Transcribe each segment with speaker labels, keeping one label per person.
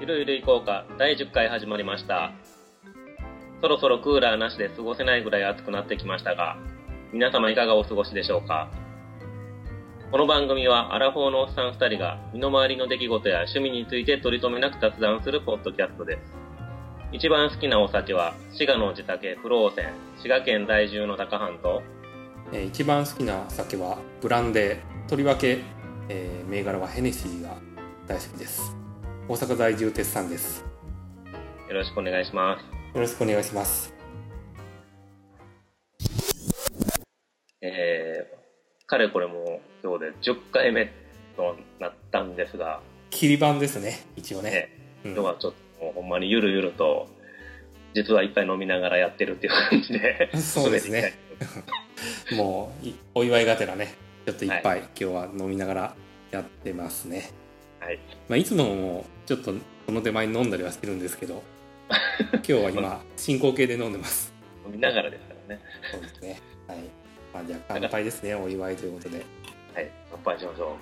Speaker 1: ゆるゆるいこうか第10回始まりましたそろそろクーラーなしで過ごせないぐらい暑くなってきましたが皆様いかがお過ごしでしょうかこの番組はアラフォーのおっさん2人が身の回りの出来事や趣味について取り留めなく雑談するポッドキャストです一番好きなお酒は滋賀の地酒不老泉滋賀県在住の高半と
Speaker 2: えー一番好きな酒はブランデーとりわけ、えー銘柄はヘネシーが大好きです大阪在住鉄さんです
Speaker 1: よろしくお願いします
Speaker 2: よろしくお願いします
Speaker 1: えー、かれこれもう今日で10回目となったんですが、
Speaker 2: 切り板ですね一応ね、
Speaker 1: ね
Speaker 2: うん
Speaker 1: 今日はちょっともうほんまにゆるゆると、実はいっぱい飲みながらやってるっていう感じで、
Speaker 2: そうですねもういお祝いがてらねちょっといっぱい、今日は飲みながらやってますね、
Speaker 1: はい。
Speaker 2: まあ、いつももうちょっとその手前に飲んだりはしてるんですけ ど今日は今進行形で飲んでます
Speaker 1: 飲みながらですからね。
Speaker 2: そうですねはい、まあ、じゃあ乾杯ですねお祝いということで、うん
Speaker 1: はい。乾杯しましょう。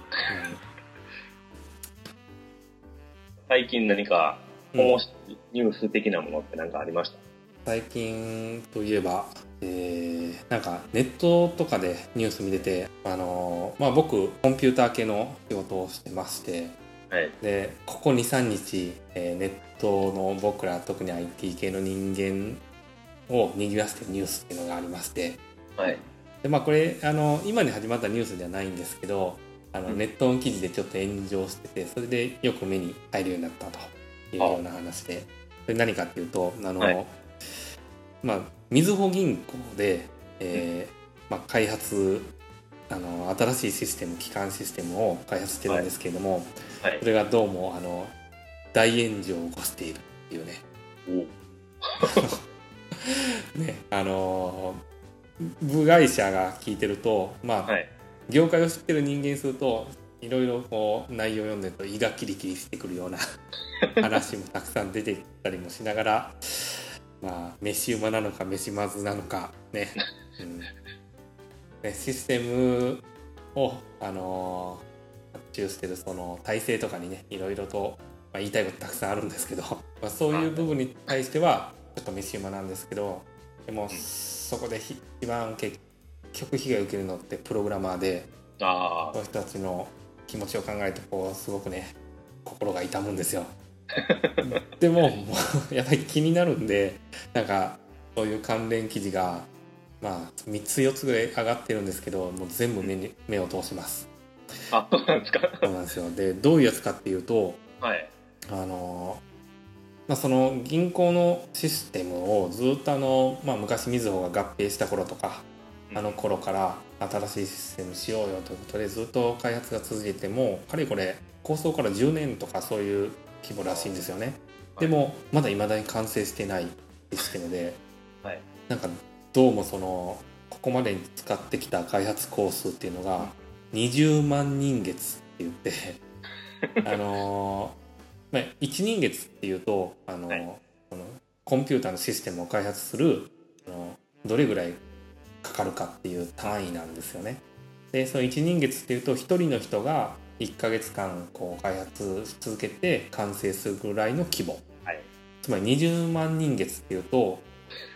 Speaker 1: 最近何か、
Speaker 2: うん
Speaker 1: 面白いニュース的なものって何かありました、
Speaker 2: 最近といえば、えーなんかネットとかでニュース見てて、あのーまあ、僕コンピューター系の仕事をしてまして
Speaker 1: はい。
Speaker 2: でここ23日、えーネットの僕ら特に IT 系の人間を賑わせてるニュースっていうのがありまして
Speaker 1: はい。
Speaker 2: で、まあ、これあの今に始まったニュースではないんですけどあ
Speaker 1: う
Speaker 2: の
Speaker 1: ん
Speaker 2: ネットの記事でちょっと炎上しててそれでよく目に入るようになったというような話でそれ何かっていうとあの、
Speaker 1: はい
Speaker 2: まあ、みずほ銀行で、えーまあ、開発あの新しいシステム基幹システムを開発してるんですけれども、
Speaker 1: はい
Speaker 2: そ。れがどうもあの大炎上を起こしているっていうねねあの部外者が聞いてるとまあ、
Speaker 1: はい。
Speaker 2: 業界を知ってる人間にするといろいろこう内容を読んでると胃がキリキリしてくるような話もたくさん出てきたりもしながらまあ飯馬なのか飯まずなのかね,、うん、ねシステムをあのー発注してるその体制とかにねいろいろと、まあ、言いたいことたくさんあるんですけど、 まあ、そういう部分に対してはちょっと飯馬なんですけどでもそこでひ一番結局被害を受けるのってプログラマーで
Speaker 1: あ
Speaker 2: この人たちの気持ちを考えるとこうすごくね心が痛むんですよでも もうやっぱり気になるんでなんかそういう関連記事がまあ3つ4つぐらい上がってるんですけどもう全部目に目を通します
Speaker 1: あ。 あ、そうなんですか。
Speaker 2: そうなんですよでどういうやつかっていうと
Speaker 1: はい。
Speaker 2: あのまあ、その銀行のシステムをずっとあの、まあ、昔みずほが合併した頃とか
Speaker 1: うん
Speaker 2: あの頃から新しいシステムしようよということでずっと開発が続いてもうかれこれ構想から10年とかそういう規模らしいんですよね、
Speaker 1: はい
Speaker 2: でもまだ未だに完成してないシステムで、
Speaker 1: はい
Speaker 2: なんかどうもそのここまでに使ってきた開発工数っていうのが20万人月って言って あのーまあ、1人月っていうと、あのー
Speaker 1: はい
Speaker 2: そのコンピューターのシステムを開発する、あのどれぐらいかかるかっていう単位なんですよね。でその1人月っていうと1人の人が1ヶ月間こう開発し続けて完成するぐらいの規模、
Speaker 1: はい
Speaker 2: つまり20万人月っていうとこ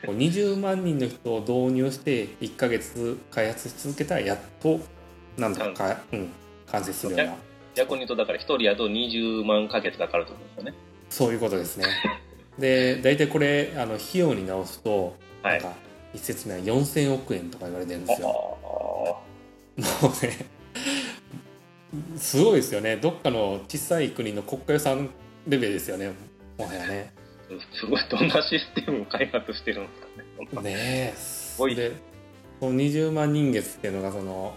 Speaker 2: う20万人の人を導入して1ヶ月開発し続けたらやっとなんだかうん、完成するような
Speaker 1: 逆に言うと、だから一人やと20万ヶ月かかるってことですよね。
Speaker 2: そういうことです ね。で大体これあの費用に直すと、
Speaker 1: はい
Speaker 2: なんか一説には4,000億円とか言われてるんですよ。もうね すごいですよねどっかの小さい国の国家予算レベルですよねもはやね。
Speaker 1: すごい、どんなシステムを開発してるんですかね。
Speaker 2: ねえ
Speaker 1: ごい
Speaker 2: でこの20万人月っていうのがその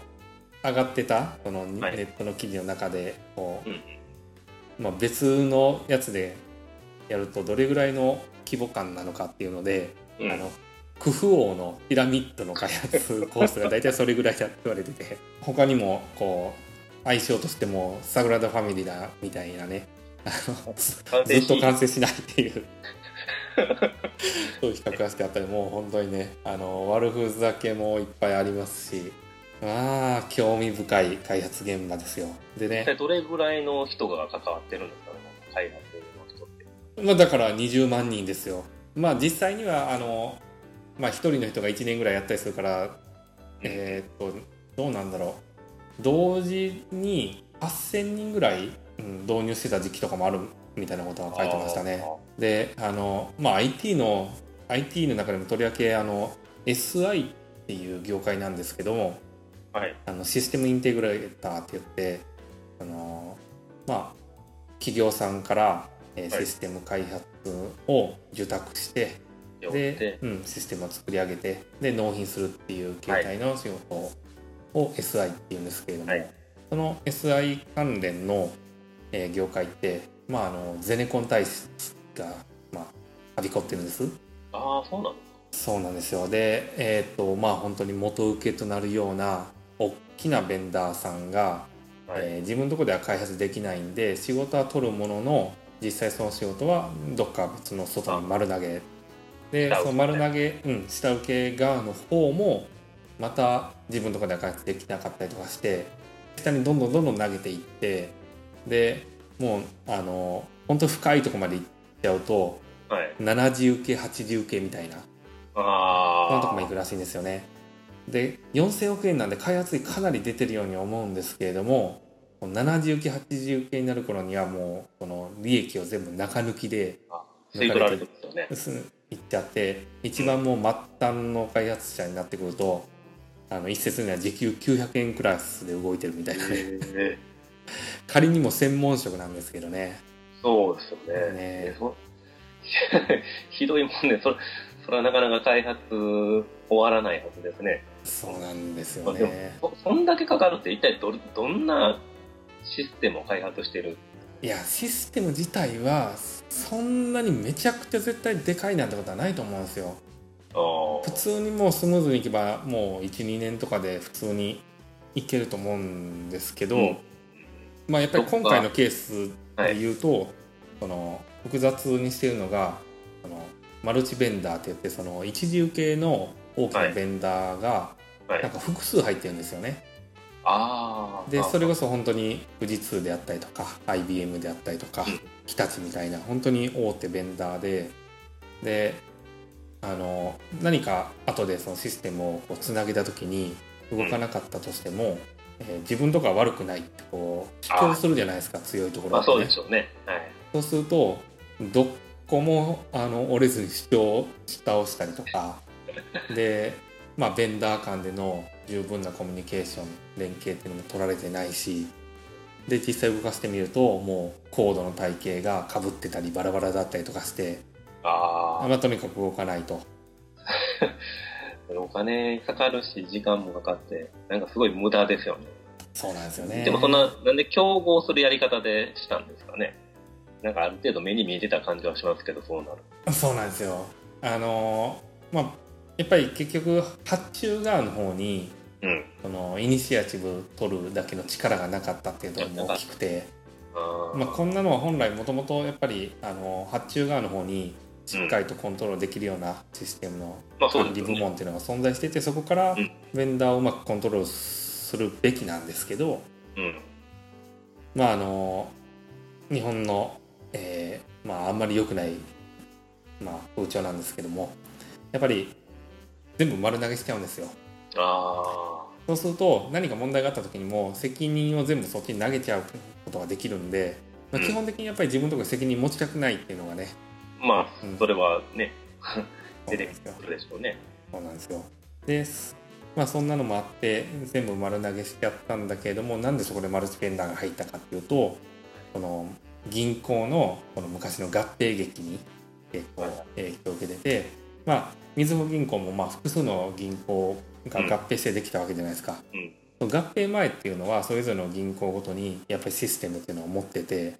Speaker 2: 上がってたそのネ
Speaker 1: はい
Speaker 2: ットの記事の中でこう、
Speaker 1: うん
Speaker 2: まあ、別のやつでやるとどれぐらいの規模感なのかっていうので。
Speaker 1: うん
Speaker 2: あのクフ王のピラミッドの開発コースが大体それぐらいだって言われてて 他にもこう相性としてもサグラダ・ファミリーだみたいなねあのず
Speaker 1: 完成
Speaker 2: っ
Speaker 1: し
Speaker 2: と完成しないっていう そういう比較がしてあったりもう本当にねあの悪ふざけもいっぱいありますしまあ興味深い開発現場ですよで
Speaker 1: 一体
Speaker 2: ね
Speaker 1: どれぐらいの人が関わってるんですかね、開発に。の人って。
Speaker 2: まあ、だから20万人ですよ。まあ、実際にはあの、まあ、1人の人が1年ぐらいやったりするから、えーっとどうなんだろう同時に8,000人ぐらい、うん導入してた時期とかもあるみたいなことが書いてましたね。であの、まあ、IT の IT の中でもとりわけあの SI っていう業界なんですけども
Speaker 1: あー。はい。
Speaker 2: あのシステムインテグレーターって言ってあのまあ企業さんから、えー
Speaker 1: はい
Speaker 2: システム開発を受託して、
Speaker 1: よっ
Speaker 2: で
Speaker 1: て、、
Speaker 2: うん、システムを作り上げてで納品するっていう形態の仕事を SI っていうんですけれども、
Speaker 1: はい
Speaker 2: その SI 関連の、えー業界って、まあ、あのゼネコン体質が、まあ、はびこってるんです。
Speaker 1: ああ、そうなの
Speaker 2: そうなんですよでえーっとまあ本当に元請けとなるような大きなベンダーさんが、
Speaker 1: はい。
Speaker 2: えー自分のとこでは開発できないんで仕事は取るものの実際その仕事はどっか別の外に丸投げで
Speaker 1: 下請
Speaker 2: そ
Speaker 1: け
Speaker 2: の丸投げ、うん、下請け側の方もまた自分のとこでは開発できなかったりとかして下にどんどんどんどん投げていってでもうあの本当深いとこまで行っちゃうと
Speaker 1: はい。
Speaker 2: 7次請け8次請けみたいな。
Speaker 1: ああ。
Speaker 2: このとこも行くらしいんですよね。で4000億円なんで開発費かなり出てるように思うんですけれどもこの70受け80受けになる頃にはもうこの利益を全部中抜きで
Speaker 1: 吸い取られてますよね。
Speaker 2: すいっちゃって一番もう末端の開発者になってくるとあの一説には時給900円クラスで動いてるみたい なね
Speaker 1: え
Speaker 2: 仮にも専門職なんですけどね
Speaker 1: そうですよね。
Speaker 2: ね
Speaker 1: えそ ひどいもんね。それ、それはなかなか開発終わらないはずですね。
Speaker 2: そうなんです
Speaker 1: ま
Speaker 2: よ
Speaker 1: あでも
Speaker 2: ね
Speaker 1: そそんだけかかるって一体どれどんなシステムを開発してる
Speaker 2: いやシステム自体はそんなにめちゃくちゃ絶対でかいなんてことはないと思うんですよ
Speaker 1: あー
Speaker 2: 普通にもうスムーズにいけばもう12年とかで普通にいけると思うんですけど、
Speaker 1: うん
Speaker 2: まあやっぱり今回のケースで言うと、その複雑にしてるのがそのマルチベンダーって言ってその一次受けの大きなベンダーが
Speaker 1: はい
Speaker 2: なんか複数入ってるんですよね。
Speaker 1: あー
Speaker 2: で
Speaker 1: あ
Speaker 2: それこそ本当に富士通であったりとか IBM であったりとか
Speaker 1: うん
Speaker 2: 日立みたいな本当に大手ベンダーでであの何か後でそのシステムをこうつなげた時に動かなかったとしても、えー自分とかは悪くないってこう主張するじゃないですか強いところ
Speaker 1: まあ
Speaker 2: は
Speaker 1: そうでしょうね。はい。
Speaker 2: そうするとどこもあの折れずに主張下をしたり とかで、まあ、ベンダー間での十分なコミュニケーション連携っていうのも取られてないしで実際動かしてみるともうコードの体系がかぶってたりバラバラだったりとかして
Speaker 1: あ
Speaker 2: まあとにかく動かないと
Speaker 1: あ、お金かかるし、時間もかかって、なんかすごい無駄ですよね。
Speaker 2: そうなんですよね
Speaker 1: でもそんな、なんで競合するやり方でしたんですかね。なんかある程度目に見えてた感じはしますけど、そうなる。
Speaker 2: そうなんですよあのまあやっぱり結局発注側の方に
Speaker 1: うん。
Speaker 2: そのイニシアチブ取るだけの力がなかったっていうところも大きくて、
Speaker 1: あー
Speaker 2: まあ、こんなのは本来もともとやっぱりあの発注側の方にしっかりとコントロールできるようなシステムの
Speaker 1: まあそう
Speaker 2: 管
Speaker 1: です
Speaker 2: 理
Speaker 1: よ
Speaker 2: 部
Speaker 1: ね。
Speaker 2: 門っていうのが存在しててそこから
Speaker 1: うん
Speaker 2: ベンダーをうまくコントロールするべきなんですけど、
Speaker 1: うん。
Speaker 2: まああの日本の、えーまあ、あんまり良くない、まあ、風潮なんですけどもやっぱり全部丸投げしちゃうんですよ。
Speaker 1: あ
Speaker 2: そうすると何か問題があった時にも責任を全部そっちに投げちゃうことができるんで、まあ、
Speaker 1: うん
Speaker 2: 基本的にやっぱり自分のところに責任持ちたくないっていうのがね
Speaker 1: あ、まあ
Speaker 2: うん、
Speaker 1: それはね、
Speaker 2: そう
Speaker 1: 出て
Speaker 2: なんですよ
Speaker 1: くるでしょうね。
Speaker 2: そうなんですよですまあそんなのもあって全部丸投げしちゃったんだけれどもなんでそこでマルチペンダーが入ったかっていうとこの銀行のこの昔の合併劇に結構
Speaker 1: はい
Speaker 2: 影響を受けててまあみずほ銀行もまあ複数の銀行が合併してできたわけじゃないですか。
Speaker 1: うん。
Speaker 2: 合併前っていうのはそれぞれの銀行ごとにやっぱりシステムっていうのを持っててで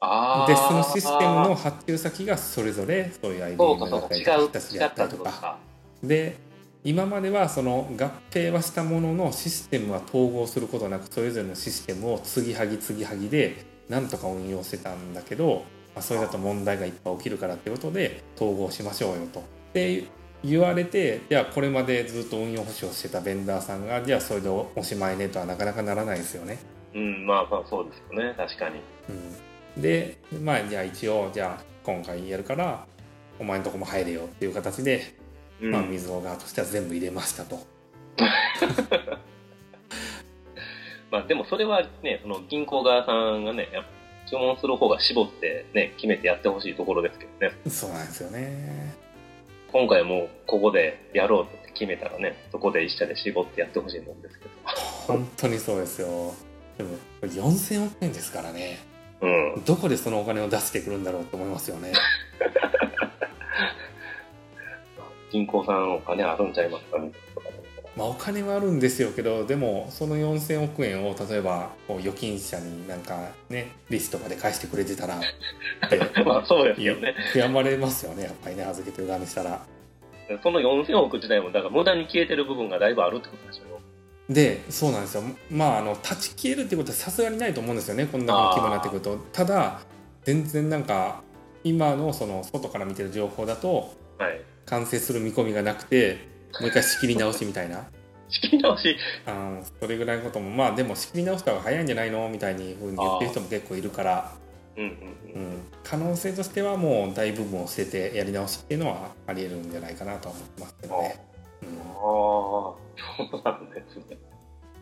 Speaker 1: ああ。
Speaker 2: そのシステムの発注先がそれぞれそういう
Speaker 1: そう
Speaker 2: IBM
Speaker 1: か
Speaker 2: だ
Speaker 1: そう
Speaker 2: っ
Speaker 1: か
Speaker 2: たり
Speaker 1: 違
Speaker 2: とか
Speaker 1: う
Speaker 2: 日立
Speaker 1: 違
Speaker 2: だ
Speaker 1: っ
Speaker 2: った
Speaker 1: た
Speaker 2: り
Speaker 1: ってこ
Speaker 2: と
Speaker 1: と
Speaker 2: か
Speaker 1: か
Speaker 2: で今まではその合併はしたもののシステムは統合することなくそれぞれのシステムを継ぎはぎ継ぎはぎでなんとか運用してたんだけど、まあ、それだと問題がいっぱい起きるからってことで統合しましょうよと。で言われてじゃあこれまでずっと運用保証してたベンダーさんがじゃあそれでおしまいねとはなかなかならないですよね。
Speaker 1: うんまあまあそうですよね確かに
Speaker 2: うんでまあじゃあ一応じゃあ今回やるからお前のとこも入れよっていう形で、
Speaker 1: うん
Speaker 2: まあ水尾側としては全部入れましたと
Speaker 1: まあでもそれはね、その銀行側さんがね、やっぱ注文する方が絞ってね、決めてやってほしいところですけどね、
Speaker 2: そうなんですよね
Speaker 1: 今回もうここでやろうって決めたらね、そこで一社で絞ってやってほしいもんですけ
Speaker 2: 本当にそうですよでもこれ4000億円ですからね
Speaker 1: ど。うん。
Speaker 2: どこでそのお金を出してくるんだろうと思いますよね
Speaker 1: 銀行さんお金あるんちゃいますかみたいなとかね
Speaker 2: まあ、お金はあるんですよけどでもその4,000億円を例えばこう預金者になんかね利子とかで返してくれてたらって
Speaker 1: まあそうですよね。
Speaker 2: 悔やまれますよねやっぱりね預けてる側にしたら。
Speaker 1: その4000億自体も、だから無駄に消えてる部分がだいぶあるってことでしょうよ。
Speaker 2: でそうなんですよまああの断ち切れるってことはさすがにないと思うんですよねこんな規模になってくると。ただ全然なんか今のその外から見てる情報だと
Speaker 1: はい。
Speaker 2: 完成する見込みがなくてもう一回仕切り直しみたいな。
Speaker 1: 仕切り直し、
Speaker 2: あーそれぐらいのこともまあでも仕切り直した方が早いんじゃないのみたいにふうに言ってる人も結構いるから、
Speaker 1: うんうんう。
Speaker 2: うんん、可能性としてはもう大部分を捨ててやり直しっていうのはありえるんじゃないかなとは思ってますけどね、
Speaker 1: ああ、そうなんですね。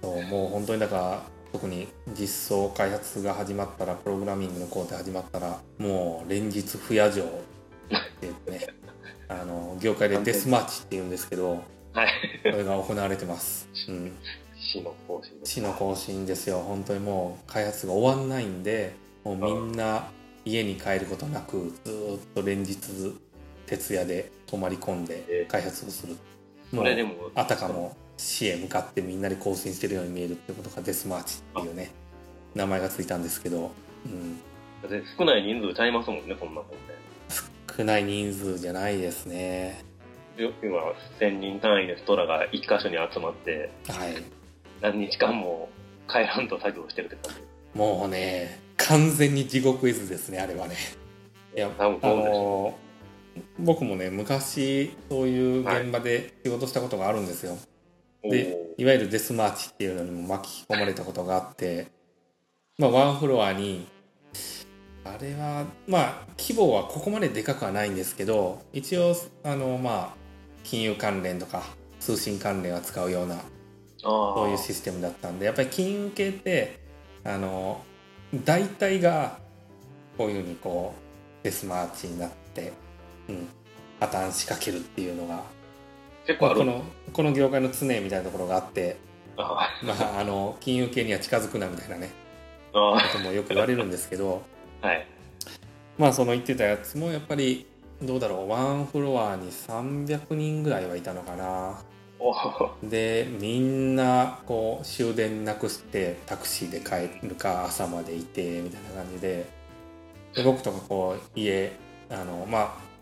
Speaker 2: うん、そうもう本当にだから特に実装開発が始まったらプログラミングの工程始まったらもう連日不夜城っていうねあの業界でデスマーチっていうんですけど
Speaker 1: はい。
Speaker 2: それが行われてます、うん、
Speaker 1: 死の更新です。
Speaker 2: 死の更新ですよ本当にもう開発が終わんないんでもうみんな家に帰ることなくずーっと連日徹夜で泊まり込んで
Speaker 1: え
Speaker 2: 開発をする、
Speaker 1: それでも、
Speaker 2: あたかも死へ向かってみんなで更新してるように見えるってことがデスマーチっていうね名前がついたんですけど、うん、
Speaker 1: だって少ない人数ちゃいますもんね、そんなもんね。
Speaker 2: 少ない人数じゃないですね
Speaker 1: よ今、1000人単位でストラが一箇所に集まって、
Speaker 2: はい
Speaker 1: 何日間も帰らんと作業してるって感じ。
Speaker 2: もうね完全に地獄絵図ですねあれはねいや
Speaker 1: 多分
Speaker 2: あ
Speaker 1: そうでしょ
Speaker 2: のー僕もね昔そういう現場で仕事したことがあるんですよ、
Speaker 1: う。
Speaker 2: で
Speaker 1: おー
Speaker 2: いわゆるデスマーチっていうのにも巻き込まれたことがあって、まあ、ワンフロアにあれはまあ規模はここまででかくはないんですけど一応あのまあ金融関連とか通信関連は使うような
Speaker 1: ああ。
Speaker 2: そういうシステムだったんでやっぱり金融系ってあの大体がこういうふうにこうデスマーチになって、うん、破綻しかけるっていうのが
Speaker 1: 結構あ
Speaker 2: こ
Speaker 1: る。
Speaker 2: のこの業界の常みたいなところがあって、
Speaker 1: あ
Speaker 2: まあ、あの金融系には近づくなみたいなね
Speaker 1: あ。あ
Speaker 2: こともよく言われるんですけど
Speaker 1: あ。はい。
Speaker 2: まあその言ってたやつもやっぱりどうだろうワンフロアに300人ぐらいはいたのかな
Speaker 1: おお。
Speaker 2: でみんなこう終電なくしてタクシーで帰るか朝までいてみたいな感じでで僕とかこう家あのまあ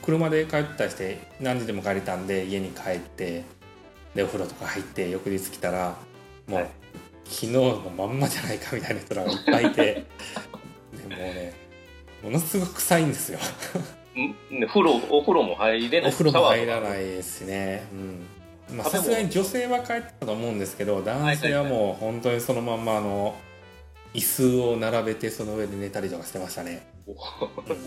Speaker 2: 車で帰ったりして何時でも帰れたんで家に帰ってでお風呂とか入って翌日来たらも
Speaker 1: は
Speaker 2: う、
Speaker 1: い
Speaker 2: 昨日のまんまじゃないかみたいな人らがいっぱいいてでもうねものすごく臭いんですよ
Speaker 1: んね、風呂、お風呂も入れない。
Speaker 2: お風呂も入ら
Speaker 1: シャワーとか
Speaker 2: ないですね、うんまあ、
Speaker 1: 食べ
Speaker 2: さ
Speaker 1: 物
Speaker 2: すがに女性は帰ってたと思うんですけど男性はもう本当にそのまんまあの椅子を並べてその上で寝たりとかしてましたね、
Speaker 1: おー
Speaker 2: うん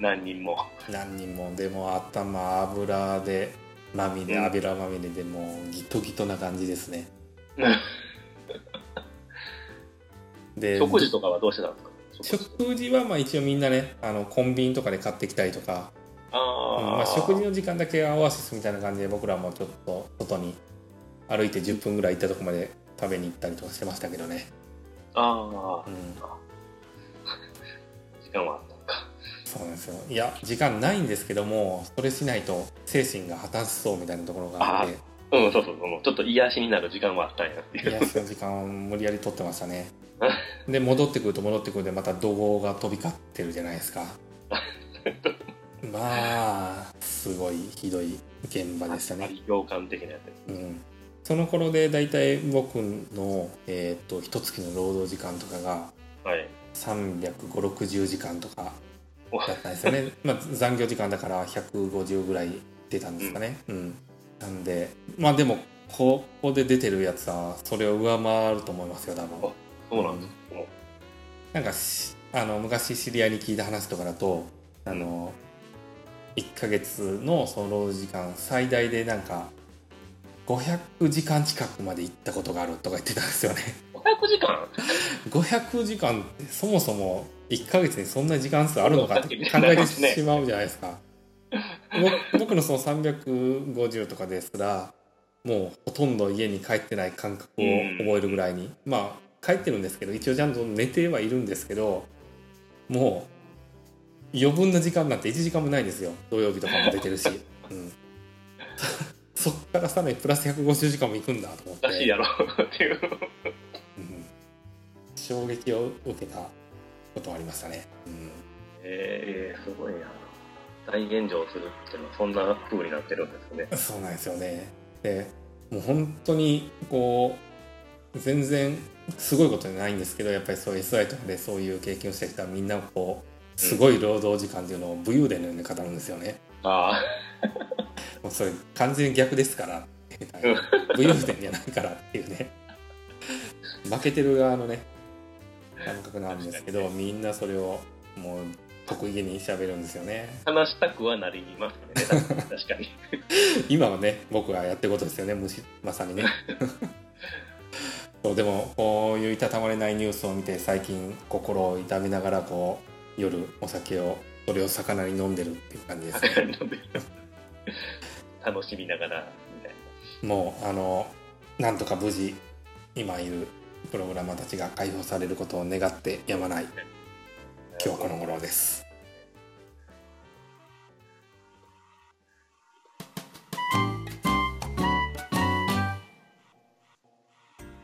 Speaker 1: 何人も。
Speaker 2: 何人もでも頭油でまみれ
Speaker 1: うん
Speaker 2: 油まみれでもうギトギトな感じですねで
Speaker 1: 食事とかはどうしてたんですか
Speaker 2: 食事はまあ一応みんなねあのコンビニとかで買ってきたりとか
Speaker 1: あ
Speaker 2: うん
Speaker 1: あ、
Speaker 2: まあ、食事の時間だけオアシスみたいな感じで僕らもちょっと外に歩いて10分ぐらい行ったとこまで食べに行ったりとかしてましたけどね、
Speaker 1: ああ
Speaker 2: う、ん、
Speaker 1: 時間はあったのか。
Speaker 2: そうなんですよいや時間ないんですけどもそれしないと精神が破綻しそうみたいなところがあって
Speaker 1: うん、そうそうそう、もうちょっと癒しになる時間はあったんやっていう。
Speaker 2: 癒しの時間を無理やり取ってました ねで戻ってくると戻ってくるでまた怒号が飛び交ってるじゃない ですかまあすごいひどい現場でしたね
Speaker 1: 洋館的なやつです
Speaker 2: う
Speaker 1: ね。
Speaker 2: ん、その頃で大体僕の、えー、と一月の労働時間とかが
Speaker 1: はい。
Speaker 2: 35060時間とか
Speaker 1: お
Speaker 2: だったんですよ ね、まあ、残業時間だから150ぐらい出たんですかね、うんなんでまあでもここで出てるやつはそれを上回ると思いますよ多分
Speaker 1: そうなんです。もう
Speaker 2: なんかしあの昔知り合いに聞いた話とかだとあの1ヶ月のその労働時間最大でなんか500時間近くまで行ったことがあるとか言ってたんですよね
Speaker 1: 500時間
Speaker 2: 500時間ってそもそも1ヶ月にそんな時間数あるのかって考えてしまうじゃないですか僕僕のその350とかですらもうほとんど家に帰ってない感覚を覚えるぐらいに、まあ帰ってるんですけど一応ちゃんと寝てはいるんですけどもう余分な時間なんて1時間もないですよ土曜日とかも出てるし、うん そっからさらにプラス150時間も行くんだと思っ
Speaker 1: おかしい
Speaker 2: て、
Speaker 1: やろ っていう。
Speaker 2: うん衝撃を受けたことはありましたね、うん
Speaker 1: えー、すごいな。大炎上するっていうのはそんな風になってるんですね。
Speaker 2: そうなんですよね。でもう本当にこう全然すごいことじゃないんですけどやっぱりそう SI とかでそういう経験をしてきたみんなこうすごい労働時間っていうのを武勇伝のように語るんですよね。
Speaker 1: ああ、
Speaker 2: もうそれ完全に逆です からみたいな武勇伝じゃないからっていうね負けてる側のね感覚なんですけどみんなそれをもう得意げに喋るんですよね。
Speaker 1: 話したくはなりますね。確かに確 かに。
Speaker 2: 今はね僕がやってることですよねむしまさにねそうでもこういういたたまれないニュースを見て最近心を痛めながらこう夜お酒をそれを魚に飲んでるっていう感じですね
Speaker 1: 楽しみながら、みたい
Speaker 2: もうあのなんとか無事今いるプログラマーたちが解放されることを願ってやまない
Speaker 1: な。
Speaker 2: 今日この頃です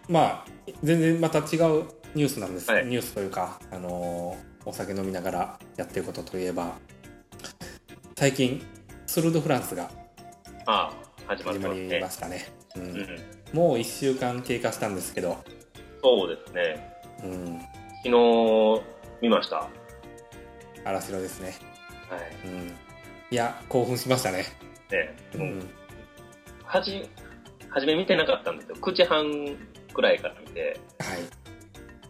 Speaker 2: まあ全然また違うニュースなんです、
Speaker 1: はい
Speaker 2: ニュースというか、あのーお酒飲みながらやってることといえば最近スルードフランスが
Speaker 1: ああ、始まっ
Speaker 2: 始
Speaker 1: て
Speaker 2: ま
Speaker 1: ます
Speaker 2: り
Speaker 1: ね
Speaker 2: ま。したね、う
Speaker 1: うんん、
Speaker 2: もう1週間経過したんですけど、
Speaker 1: そうですね。
Speaker 2: うん、
Speaker 1: 昨日、見ました。は
Speaker 2: 荒城ですね、
Speaker 1: い。
Speaker 2: うん、いや興奮しましたね、
Speaker 1: ね、
Speaker 2: う
Speaker 1: うんはじ、初め見てなかったんですよ。9時半くらいから見て、
Speaker 2: はい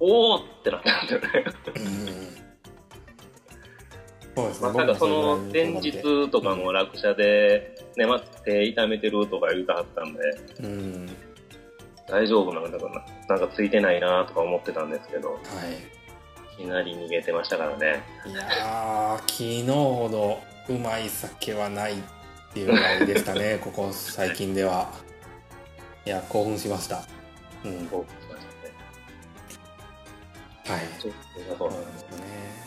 Speaker 1: おおってなったんですよね。
Speaker 2: そうですね。
Speaker 1: まさかその前
Speaker 2: う
Speaker 1: 日とかも落車で、ね、待って痛めてるとか言うてはったんで、
Speaker 2: ん、はい。
Speaker 1: 大丈夫なんだかな、なんかついてないなとか思ってたんですけど、いきなり逃げてましたからね。
Speaker 2: いやー、昨日ほどうまい酒はないっていうぐらいでし たね、ここ最近では。いや、興奮しました。うん、はい。
Speaker 1: そうしましたね。ちょっと
Speaker 2: そ
Speaker 1: そうう
Speaker 2: なんですね。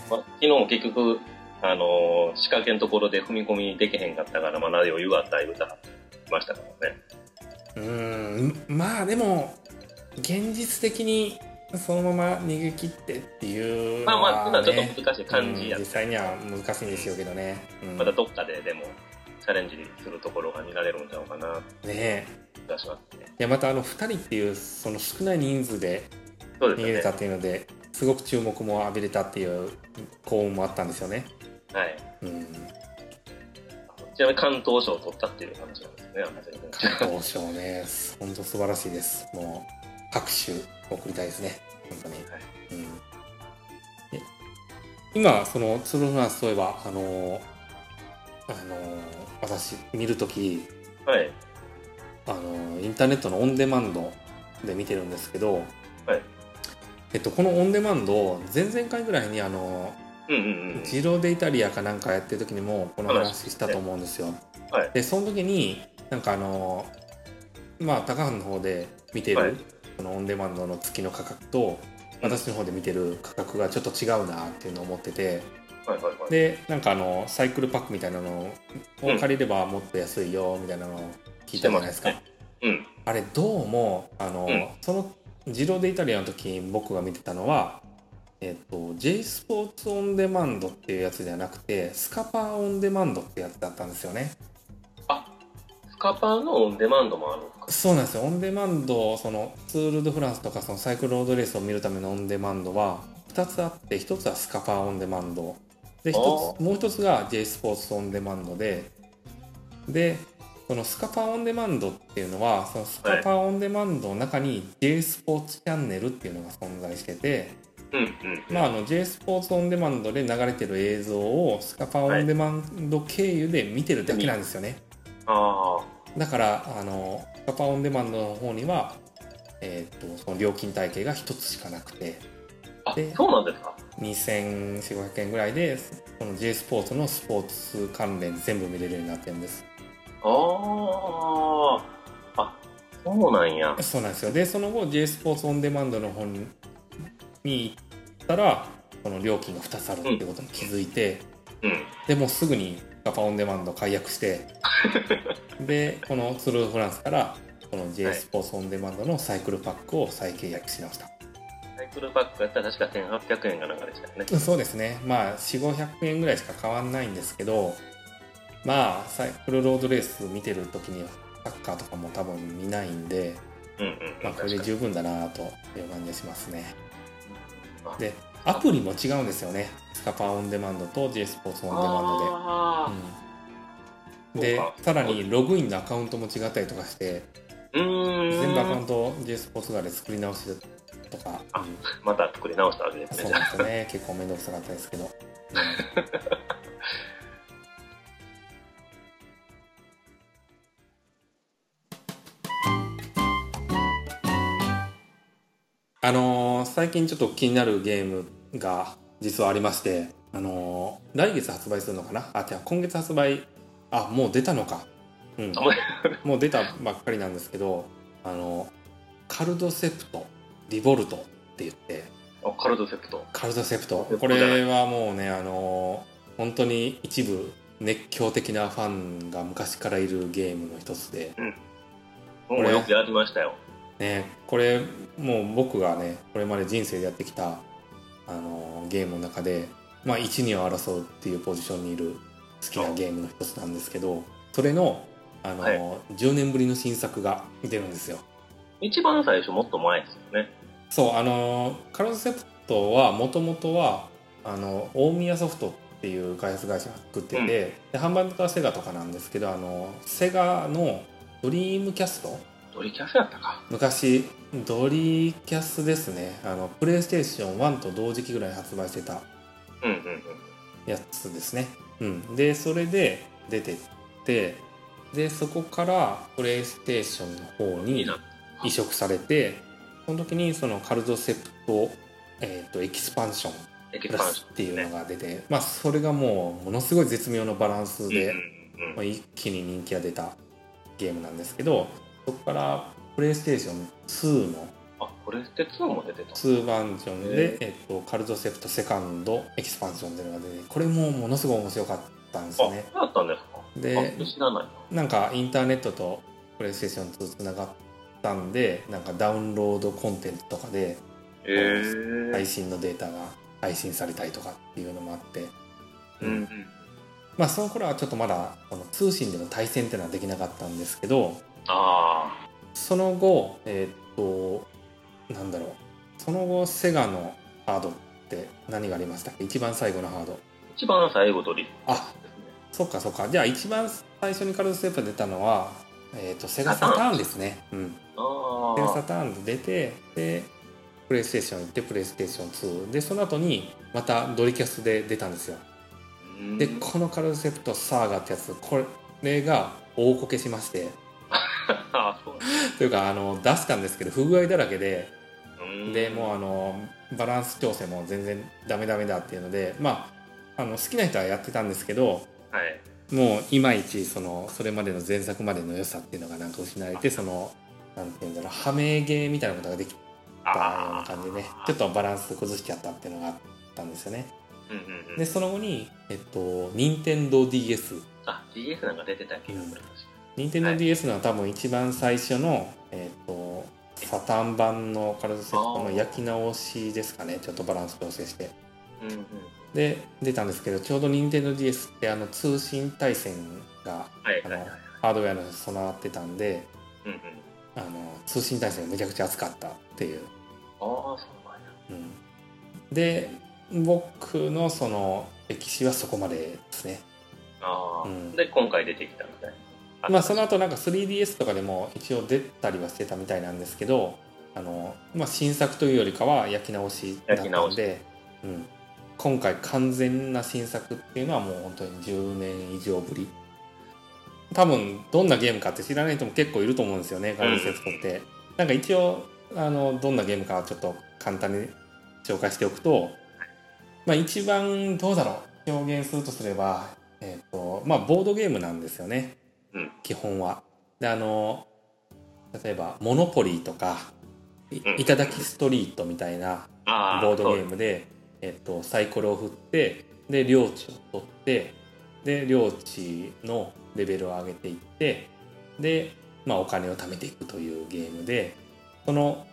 Speaker 1: まあ、昨日も結局、あのー仕掛けのところで踏み込みできへんかったから、まあ、何を言うわった言うたらましたからね。
Speaker 2: うん、まあでも、現実的にそのまま逃げ切ってっていう
Speaker 1: まあ
Speaker 2: の
Speaker 1: ま
Speaker 2: は、ね。
Speaker 1: あ、今ちょっと難しい感じや
Speaker 2: う
Speaker 1: っ
Speaker 2: ん実
Speaker 1: た、
Speaker 2: 際には難しいんですよけどね。うん
Speaker 1: またどっかででも、チャレンジするところが見られるんちゃうかな、
Speaker 2: ね
Speaker 1: 気がしますね
Speaker 2: え。。いやまたあの2人っていうその少ない人数で
Speaker 1: そう
Speaker 2: 逃げれ
Speaker 1: です
Speaker 2: た
Speaker 1: よ
Speaker 2: っていうので、すごく注目も浴びれたっていう幸運もあったんですよね。
Speaker 1: ね。はい。
Speaker 2: うん、
Speaker 1: ちなみに関東賞を取ったっていう話なんですね、あの全然
Speaker 2: 関東賞ね、本当素晴らしいです。もう拍手送りたいですね、本当に。
Speaker 1: はい
Speaker 2: うん、え今そのツールフランスといえばあのーあのー私見るとき
Speaker 1: はい。
Speaker 2: あのインターネットのオンデマンドで見てるんですけど、えっと、このオンデマンド前々回ぐらいにあの、
Speaker 1: うんうんうん。
Speaker 2: ジローデイタリアかなんかやってる時にもこの話したと思うんですよ。
Speaker 1: はい
Speaker 2: でその時になんかあのまあ高橋の方で見てる、
Speaker 1: はい
Speaker 2: そのオンデマンドの月の価格と
Speaker 1: うん
Speaker 2: 私の方で見てる価格がちょっと違うなっていうのを思ってて
Speaker 1: はいはいはい。
Speaker 2: でなんかあのサイクルパックみたいなのを借りればもっと安いよみたいなのを聞いたじゃないですか。
Speaker 1: してまうん。
Speaker 2: あれどうもあの、
Speaker 1: うん
Speaker 2: そのジローでイタリアの時僕が見てたのは、えっと J スポーツオンデマンドっていうやつじゃなくてスカパーオンデマンドってやつだったんですよね
Speaker 1: あ、スカパーのオンデマンドもあるのか。
Speaker 2: そうなんですよオンデマンドそのツール・ド・フランスとかそのサイクルロードレースを見るためのオンデマンドは2つあって1つはスカパーオンデマンドで
Speaker 1: あ
Speaker 2: 1つもう1つが J スポーツオンデマンドででそのスカパーオンデマンドっていうのはそのスカパーオンデマンドの中に J スポーツチャンネルっていうのが存在してて
Speaker 1: うんうん。
Speaker 2: まあ、あの J スポーツオンデマンドで流れてる映像をスカパオンデマンド経由で見てるだけなんですよね、
Speaker 1: ああ。
Speaker 2: だからあのスカパオンデマンドの方には、えー、とその料金体系が1つしかなくて
Speaker 1: あ
Speaker 2: で、
Speaker 1: そうなんですか。
Speaker 2: 2400円ぐらいでこの J スポーツのスポーツ関連全部見れるようになってるんです
Speaker 1: ああ。あ、そうなんや。
Speaker 2: そうなんですよでその後 J スポーツオンデマンドの方にに行ったらこの料金が2つあるってことに気づいて、
Speaker 1: うん。
Speaker 2: でもうすぐにガパオンデマンド解約してでこのツール・ドフランスからこの J
Speaker 1: はい
Speaker 2: スポーツオンデマンドのサイクルパックを再契約し直した、
Speaker 1: サイクルパックやったら確か1800円がなんかでしたよね。
Speaker 2: そうですねまあ4500円ぐらいしか変わんないんですけどまあサイクルロードレース見てる時にはサッカーとかも多分見ないんで、
Speaker 1: うんうん。
Speaker 2: まあ、これで十分だなという感じがしますね
Speaker 1: あ
Speaker 2: でアプリも違うんですよねスカパーオンデマンドと J スポーツオンデマン
Speaker 1: あ
Speaker 2: ドでう
Speaker 1: そ
Speaker 2: ん
Speaker 1: う
Speaker 2: で
Speaker 1: か
Speaker 2: さらにログインのアカウントも違ったりとかして
Speaker 1: ーうーん。
Speaker 2: 全部アカウントを J スポーツ側で作り直しとか
Speaker 1: あまた作り直したわけですね。
Speaker 2: そう
Speaker 1: じゃ
Speaker 2: なんですよね結構面倒くさかったですけど、うん あのー最近ちょっと気になるゲームが実はありましてあのー来月発売するのかなあ違う今月発売あもう出たのかうん
Speaker 1: あもう
Speaker 2: もう出たばっかりなんですけどあのカルドセプトリボルトって言って
Speaker 1: ああカルトセプト。
Speaker 2: カルドセプト
Speaker 1: セプ
Speaker 2: こ
Speaker 1: トじゃない
Speaker 2: れはもうねあの本当に一部熱狂的なファンが昔からいるゲームの一つで、
Speaker 1: もうよくやりましたよ。
Speaker 2: ね、これもう僕がねこれまで人生でやってきたあのゲームの中で、まあ、1、2を争うっていうポジションにいる好きなゲームの一つなんですけどそれのあの、
Speaker 1: はい
Speaker 2: 10年ぶりの新作が出るんですよ。
Speaker 1: 一番最初もっと前ですよね。
Speaker 2: そうあのカルドセプトはもともとはあの大宮ソフトっていう開発会社が作ってて、
Speaker 1: うん
Speaker 2: で販売元はセガとかなんですけどあのセガのドリームキャスト
Speaker 1: ドリキャスやったか。
Speaker 2: 昔ドリキャスですねあのプレイステーション1と同時期ぐらいに発売してた
Speaker 1: うんうんうん。
Speaker 2: やつですね、うん、でそれで出てってでそこからプレイステーションの方
Speaker 1: い
Speaker 2: に
Speaker 1: いな。
Speaker 2: 移植されてその時にそのカルドセプト、えー、とエキスパンション
Speaker 1: エキ
Speaker 2: プ
Speaker 1: ス
Speaker 2: ラ
Speaker 1: パン
Speaker 2: ス
Speaker 1: ション
Speaker 2: っていうのが出て、まあそれがもうものすごい絶妙のバランスで、
Speaker 1: うんうんうん
Speaker 2: まあ、一気に人気が出たゲームなんですけどそこからプレイステーション2の
Speaker 1: あ、これって2も出てた。
Speaker 2: 2バージョンで
Speaker 1: へ、
Speaker 2: えっと、カルドセプトセカンドエキスパンションっていうのが出てこれもものすごい面白かったんですよね
Speaker 1: あ、そうだったんですか。
Speaker 2: で
Speaker 1: あ知らないな。
Speaker 2: なんかインターネットとプレイステーション2つながったんでなんかダウンロードコンテンツとかで
Speaker 1: へえ
Speaker 2: 最新のデータが配信されたりとかっていうのもあって、
Speaker 1: うんうん。
Speaker 2: まあその頃はちょっとまだこの通信での対戦っていうのはできなかったんですけど
Speaker 1: あ
Speaker 2: その後えーっとなんだろうその後セガのハードって何がありましたっけ一番最後のハード
Speaker 1: あ、一番最後ドリ。
Speaker 2: あそっかそっかじゃあ一番最初にカルドセープ出たのは、えーっとセガサターンですねうん
Speaker 1: あ
Speaker 2: セガサ
Speaker 1: あ。
Speaker 2: ターンで出てでプレイステーション行ってプレイステーション2でその後にまたドリキャスで出たんですよ
Speaker 1: うん
Speaker 2: でこのカルドセプトサーガってやつこれが大こけしまして
Speaker 1: あそう
Speaker 2: というかあの出したんですけど不具合だらけで
Speaker 1: うん
Speaker 2: でもうあのバランス調整も全然ダメダメだっていうのでまああの好きな人はやってたんですけど
Speaker 1: はい。
Speaker 2: もういまいちそのそれまでの前作までの良さっていうのがなんか失われてそのなんていうんだろうはめゲーみたいなことができたような感じでねちょっとバランス崩しちゃったっていうのがあったんですよね
Speaker 1: うんうんう
Speaker 2: で
Speaker 1: ん。
Speaker 2: その後にえっと任天堂 d s
Speaker 1: あ、DS なんか出てた気がする。
Speaker 2: 任天堂
Speaker 1: はい
Speaker 2: DS のは多分一番最初の、えっ、とサタン版のカルドセットの焼き直しですかねちょっとバランス調整して
Speaker 1: うんうん。
Speaker 2: で出たんですけどちょうど任天堂 DS ってあの通信対戦が
Speaker 1: はい
Speaker 2: あ
Speaker 1: はい
Speaker 2: の、
Speaker 1: はい。
Speaker 2: ハードウェアの備わってたんで
Speaker 1: うんうん。
Speaker 2: あの通信対戦めちゃくちゃ熱かったっていう、
Speaker 1: ああ、そうなんや。
Speaker 2: うん、で僕のその歴史はそこまでですね
Speaker 1: ああ、
Speaker 2: うん
Speaker 1: で今回出てきたみたいな
Speaker 2: まあその後なんか 3DS とかでも一応出たりはしてたみたいなんですけどあの、まあ、新作というよりかは焼き直しだった
Speaker 1: 焼
Speaker 2: ん
Speaker 1: き
Speaker 2: で、うん、今回完全な新作っていうのはもう本当に10年以上ぶり多分どんなゲームかって知らない人も結構いると思うんですよね「ガルセツコ」って、なんか一応あのどんなゲームかはちょっと簡単に紹介しておくと、まあ、一番どうだろう表現するとすれば、えーとまあ、ボードゲームなんですよね、
Speaker 1: うん
Speaker 2: 基本は。であの例えば「モノポリー」とか「い
Speaker 1: うん
Speaker 2: いただきストリート」みたいな
Speaker 1: ああ、
Speaker 2: ボードゲー
Speaker 1: ム。
Speaker 2: ムで、えっと、サイコロを振ってで領地を取ってで領地のレベルを上げていってで、まあ、お金を貯めていくというゲームでその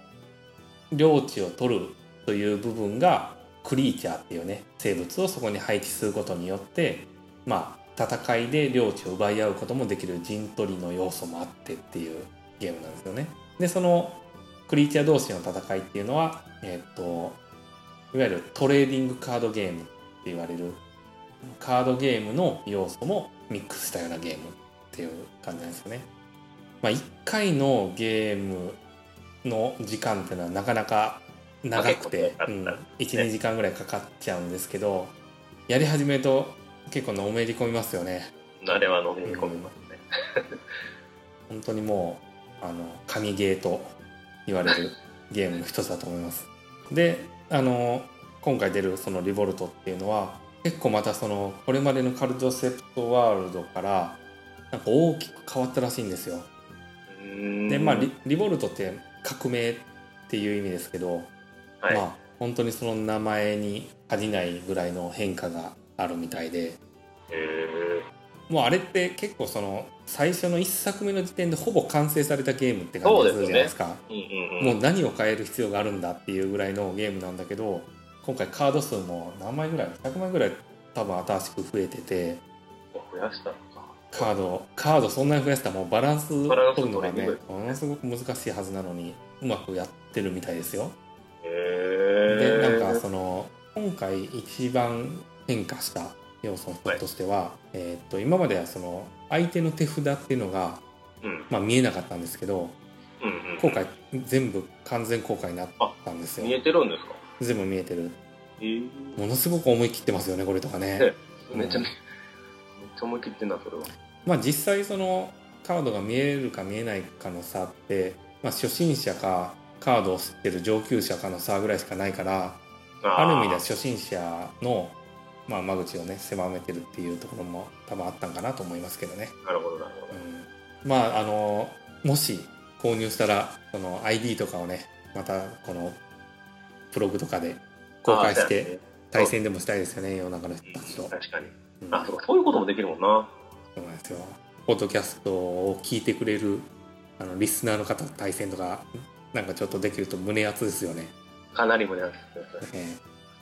Speaker 2: 領地を取るという部分がクリーチャーっていうね生物をそこに配置することによってまあ戦いで領地を奪い合うこともできる陣取りの要素もあってっていうゲームなんですよね。でそのクリーチャー同士の戦いっていうのは、えっといわゆるトレーディングカードゲームって言われるカードゲームの要素もミックスしたようなゲームっていう感じなんですよね。まあ、1回のゲームの時間っていうのはなかなか長くて、
Speaker 1: まあ
Speaker 2: う
Speaker 1: 結構
Speaker 2: ん
Speaker 1: かかっ、
Speaker 2: 12時間ぐらいかかっちゃうんですけどやり始めると結構のめり込みますよね。
Speaker 1: あれは飲み込みますね。
Speaker 2: 本当にもうあの神ゲーと言われるゲームの一つだと思いますであの今回出るその「リボルト」っていうのは結構またそのこれまでのカルトセプトワールドからなんか大きく変わったらしいんですよ
Speaker 1: うーん
Speaker 2: でまあリリボルトって革命っていう意味ですけど、
Speaker 1: はい
Speaker 2: まあ本当にその名前に恥じないぐらいの変化があるみたいで
Speaker 1: へ
Speaker 2: もうあれって結構その最初の1作目の時点でほぼ完成されたゲームって感じがするじゃないですか
Speaker 1: ーうんうんう
Speaker 2: も
Speaker 1: ん。
Speaker 2: う何を変える必要があるんだっていうぐらいのゲームなんだけど今回カード数も何枚ぐらい100枚ぐらい多分新しく増えてて
Speaker 1: 増やしたのか。
Speaker 2: カードカードそんなに増やしたらもうバランス取
Speaker 1: バランス
Speaker 2: るのが
Speaker 1: 取り
Speaker 2: ね
Speaker 1: にく
Speaker 2: ものすごく難しいはずなのにうまくやってるみたいですよ。
Speaker 1: へ
Speaker 2: で
Speaker 1: ー
Speaker 2: なんかその今回一番変化した要素の一つとしては、えーっと今まではその相手の手札っていうのが、
Speaker 1: うんうん
Speaker 2: まあ、見えなかったんですけど
Speaker 1: うん。
Speaker 2: 今回全部完全公開になったんです
Speaker 1: 見え
Speaker 2: よ
Speaker 1: てるんですか
Speaker 2: 全部見えてる
Speaker 1: えー
Speaker 2: ものすごく思い切ってますよねこれとかね
Speaker 1: ねめっちゃ、めっちゃ思い切ってんな、それは。
Speaker 2: まあ実際そのカードが見えるか見えないかの差って、まあ、初心者かカードを知ってる上級者かの差ぐらいしかないからある意味では初心者の、まあ、間口をね狭めてるっていうところも多分あったんかなと思いますけどね、
Speaker 1: なるほど、なるほ
Speaker 2: うん、まああのもし購入したらその ID とかをねまたこのブログとかで
Speaker 1: ど。
Speaker 2: 公開し
Speaker 1: あー。そう
Speaker 2: て
Speaker 1: やね
Speaker 2: 対戦でもしたいですよね世の中の人たちと。
Speaker 1: 確かに。
Speaker 2: うん
Speaker 1: あ、そうか、そういうこともできるもんな。
Speaker 2: そうなんですよ。ポッドキャストを聞いてくれるあのリスナーの方と対戦とか、なんかちょっとできると胸熱ですよね。
Speaker 1: かなり胸熱ですね。
Speaker 2: ええ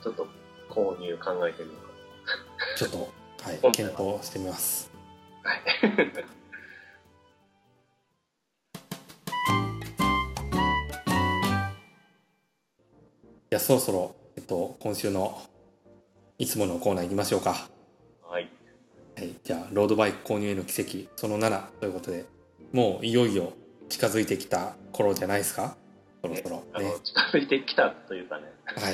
Speaker 1: ちょっと購入考えてみようか
Speaker 2: ちょっと、はい
Speaker 1: 本、当
Speaker 2: 検
Speaker 1: だ
Speaker 2: 討してみます。
Speaker 1: はい。
Speaker 2: じゃあそろそろ、えっと、今週のいつものコーナー行きましょうか。
Speaker 1: はい。
Speaker 2: はい、じゃあ、ロードバイク購入への奇跡、その7ということで、もういよいよ近づいてきた頃じゃないですかそろそろ。
Speaker 1: あ
Speaker 2: ね
Speaker 1: の、。近づいてきたというかね、
Speaker 2: はい。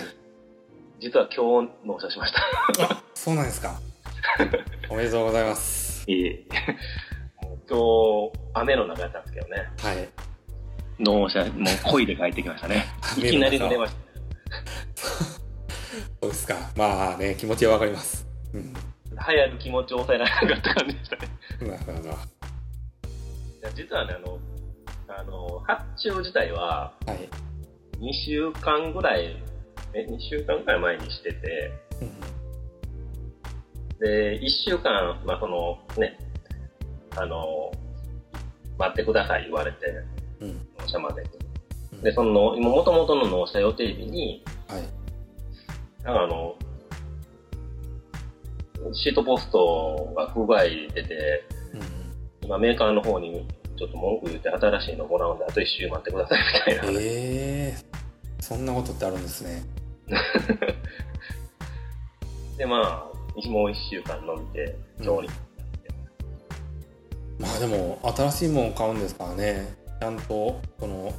Speaker 1: 実は今日納車しました。
Speaker 2: そうなんで すか。おめでとうございます。
Speaker 1: いえ。 もう今日、雨の中やったんですけどね。
Speaker 2: はい。
Speaker 1: 納車、もう恋で帰ってきましたね。いきなり乗れました。
Speaker 2: そうですか。まあね、気持ちはわかります。うん。
Speaker 1: 早く気持ちを抑えられなかった感じでしたね。
Speaker 2: なるほど。はい
Speaker 1: や実はね、あの、あの、発注自体は、
Speaker 2: い。
Speaker 1: 2週間ぐらい、え、2週間ぐらい前にしてて、
Speaker 2: うん
Speaker 1: で、1週間、まあ、その、ね、あの、待ってください言われて、
Speaker 2: うん。
Speaker 1: 納車までに。
Speaker 2: うん
Speaker 1: で、その、もともとの納車予定日に、
Speaker 2: はい。
Speaker 1: なんかあの、シートポストが不具合出て、
Speaker 2: うん
Speaker 1: 今メーカーの方にちょっと文句言って新しいのもらうんで、あと1週待ってくださいみたいな。
Speaker 2: ええー、そんなことってあるんですね。
Speaker 1: で、まあ、もう1週間伸びて、今日に。
Speaker 2: まあでも、新しいものを買うんですからね。ちゃんと、その、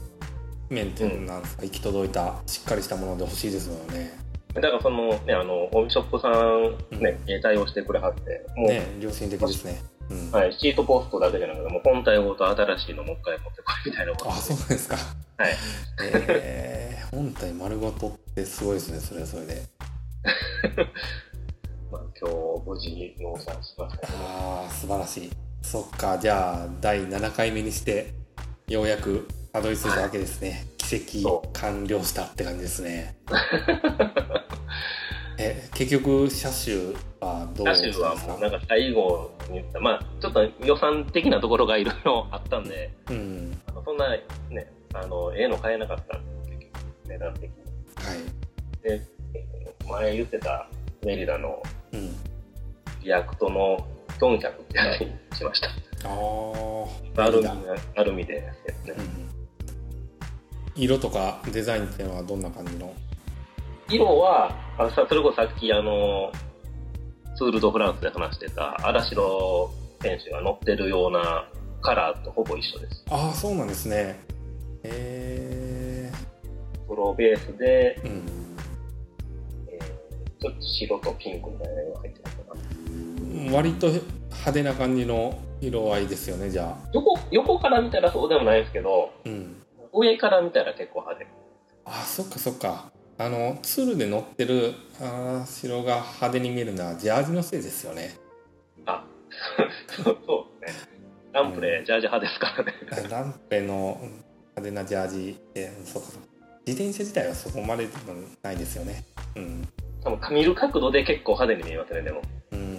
Speaker 2: メンテナンスが行き届いた、しっかりしたもので欲しいですもんね。
Speaker 1: だからそのね、あの、オミショップさん、ね、対応してくれはって、もう、
Speaker 2: ね、良心的ですね。うん、
Speaker 1: はい、シートポストだけじゃなくて、もう本体ごと新しいのもう一回持ってこいみたいなこと。
Speaker 2: あ、そうなんですか。
Speaker 1: はい。
Speaker 2: えー、本体丸ごとってすごいですね、それはそれで。
Speaker 1: まあ、今日、無事に納産しましたけど。
Speaker 2: ああ、素晴らしい。そっか、じゃあ、第7回目にして、ようやくたどり着いたわけですね。奇
Speaker 1: そ
Speaker 2: 跡完了したって感じで すね。え、結局、車種はどう
Speaker 1: 車種はもうなんか最後に言った、まあ、ちょっと予算的なところがいろいろあったんで、
Speaker 2: うん。
Speaker 1: あのそんなね、あの、ええの買えなかったんですよ結局、値段的に。
Speaker 2: はい。
Speaker 1: で、前言ってたメリダの
Speaker 2: うん。
Speaker 1: リアクトの400ってやつにしました。
Speaker 2: ああ、
Speaker 1: アルミ
Speaker 2: だ、うん。、
Speaker 1: アルミでやってね。
Speaker 2: 色とかデザインっていうのはどんな感じの
Speaker 1: 色は、あさそれこそさっきあの、ツール・ド・フランスで話してた、荒城選手が乗ってるようなカラーとほぼ一緒です。
Speaker 2: ああ、そうなんですね。え
Speaker 1: 黒ベースで、
Speaker 2: ー、うん。
Speaker 1: えーちょっと白とピンクみたいなのが入ってるのかな。
Speaker 2: 割と派手な感じの色合いですよねじゃあ
Speaker 1: 横、横から見たらそうでもないですけど、
Speaker 2: うん
Speaker 1: 上から見たら結構派手。
Speaker 2: あそっかそっかあのツールで乗ってるあー白が派手に見えるのはジャージのせいですよね
Speaker 1: あ、そうそうですね。ランプレ、ジャージ派ですからね。
Speaker 2: あランペの派手なジャージってそうかそうか自転車自体はそこまででもないですよねうん
Speaker 1: 多分見る角度で結構派手に見えますね、でも。
Speaker 2: うん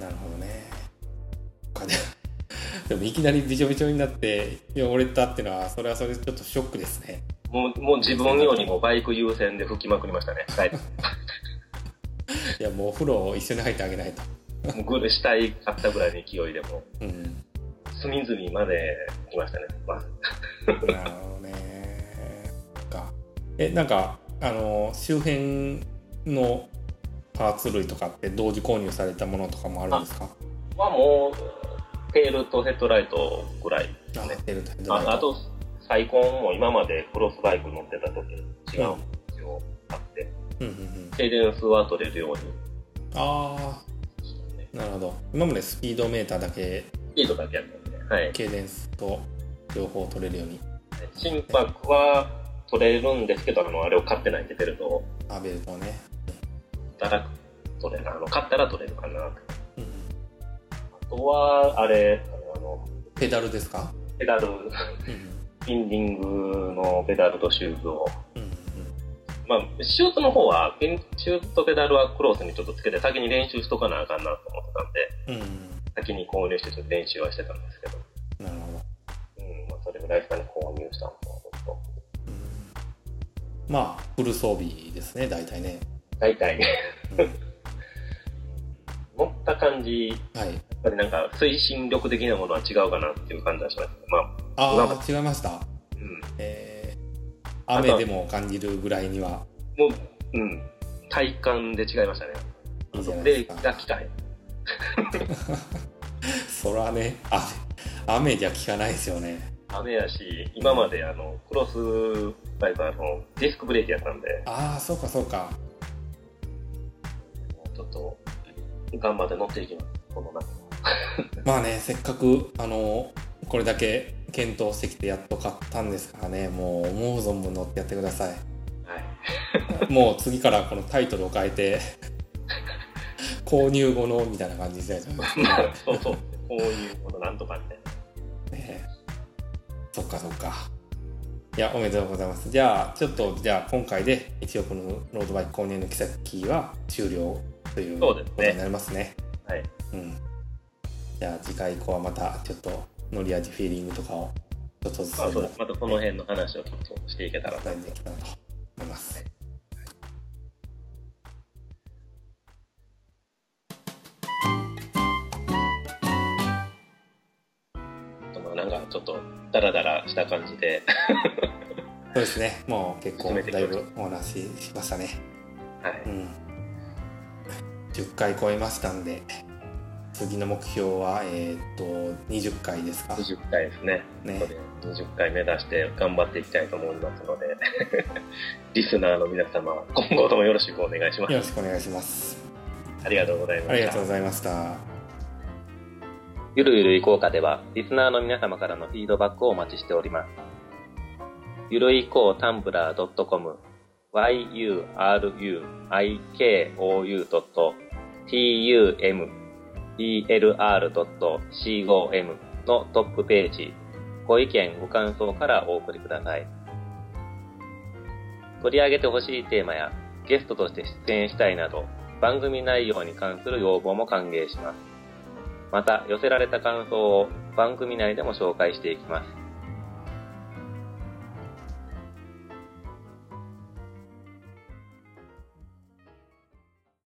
Speaker 2: なるほどねそっかで でもいきなりびちょびちょになって汚れたってのはそれはそれでちょっとショックですね
Speaker 1: もう、もう自分よりもバイク優先で吹きまくりましたね。はい。
Speaker 2: いやもうお風呂を一緒に入ってあげないと
Speaker 1: もうグルしたいかったぐらいの勢いでも、
Speaker 2: うん
Speaker 1: 隅々まで来ましたね。まず。
Speaker 2: なるほどね。か。え、なんか、あの、周辺のパーツ類とかって同時購入されたものとかもあるんですか
Speaker 1: はもう、テールとヘッドライトぐらいです
Speaker 2: あ、
Speaker 1: ね。
Speaker 2: てるタイプ
Speaker 1: ああと、サイコンも今までクロスバイク乗ってた時と違う一応買って、
Speaker 2: うんうんうん。
Speaker 1: 静電数は取れるように
Speaker 2: あ
Speaker 1: したね。
Speaker 2: あ、なるほど。今までスピードメーターだけ、
Speaker 1: いいとだけやったんで、はい。
Speaker 2: ケイデンスと両方取れるように、
Speaker 1: 心拍は取れるんですけど、あの、あれを買ってないんで、ベルトを。
Speaker 2: アベルトをね。
Speaker 1: だらく取れる。あの、買ったら取れるかな。あ
Speaker 2: うんうん
Speaker 1: とは、あれ、あの、
Speaker 2: ペダルですか
Speaker 1: ペダル、
Speaker 2: うん
Speaker 1: スピンディングのペダルとシューズを。
Speaker 2: うん。うん
Speaker 1: まあ、シューズの方は、ピンシューズとペダルはクロスにちょっとつけて、先に練習しとかなあかんなと思ってたんで、
Speaker 2: うんうん。
Speaker 1: 先に購入してちょっと練習はしてたんですけど、
Speaker 2: うんなるほど。
Speaker 1: うん、まあ、それぐらいですかね、購入したのと、ちょっ
Speaker 2: うんまあ、フル装備ですね、大体ね。
Speaker 1: と大体、
Speaker 2: うん
Speaker 1: 乗った感じ、やっ
Speaker 2: はい。
Speaker 1: ぱりなんか推進力的なものは違うかなっていう感じはしますけど、まあ、
Speaker 2: ああ、違いました。
Speaker 1: うん。
Speaker 2: えー雨でも感じるぐらいには
Speaker 1: もう、うん、体感で違いましたね。
Speaker 2: いいじゃない
Speaker 1: で
Speaker 2: です
Speaker 1: が
Speaker 2: か。
Speaker 1: 来たい。
Speaker 2: それはね、あ雨じゃ効かないですよね。
Speaker 1: 雨やし、今まであの、クロスバイクはあの、ディスクブレーキやったんで、
Speaker 2: ああ、そうかそうか。
Speaker 1: ちょっと、頑張って乗っていきます。この中
Speaker 2: まあね、せっかく、あの、これだけ検討してきてやっと買ったんですからね、もう思う存分乗ってやってください。
Speaker 1: はい。
Speaker 2: もう次からこのタイトルを変えて、 購入後のみたいな感じにしないと思いますね
Speaker 1: まあ、そうそう。こういうことなんとかみたいな。
Speaker 2: ねえそっかそっか。いや、おめでとうございます。じゃあ、ちょっと、じゃあ、今回で1億のロードバイク購入のキーは終了という
Speaker 1: そ
Speaker 2: こ
Speaker 1: うですね
Speaker 2: とになりますね。
Speaker 1: はい。
Speaker 2: うん。じゃあ、次回以降はまた、ちょっと、乗り味、フィーリングとかを、ちょっとずつ
Speaker 1: まあ、そうで
Speaker 2: でも
Speaker 1: す。またこの辺の話をちょっとしていけたらと
Speaker 2: 伝えていけたらと思います。
Speaker 1: まあ、なんかちょっと、ダラダラした感じで、
Speaker 2: そうですね。もう結構、
Speaker 1: 進めていき
Speaker 2: だ
Speaker 1: まし
Speaker 2: い
Speaker 1: ょう
Speaker 2: ぶお話ししましたね。
Speaker 1: はい。
Speaker 2: うん。10回超えましたんで、次の目標は、えーっと、20回ですか。
Speaker 1: 20回ですね。
Speaker 2: ね
Speaker 1: ここで20回目指して頑張っていきたいと思いますので、 リスナーの皆様、今後ともよろしくお願いしま
Speaker 2: よろ
Speaker 1: す。
Speaker 2: しくお願いします。
Speaker 1: ありがとうございま
Speaker 2: あり
Speaker 1: し
Speaker 2: がとう
Speaker 1: た
Speaker 2: ご。ざいました。
Speaker 1: ゆるゆるいこうかでは、リスナーの皆様からのフィードバックをお待ちしております。ゆるいこうタンブラー .com、yuruikou.tumblr.com のトップページ、ご意見、ご感想からお送りください。取り上げてほしいテーマや、ゲストとして出演したいなど、番組内容に関する要望も歓迎します。また寄せられた感想を番組内でも紹介していきます。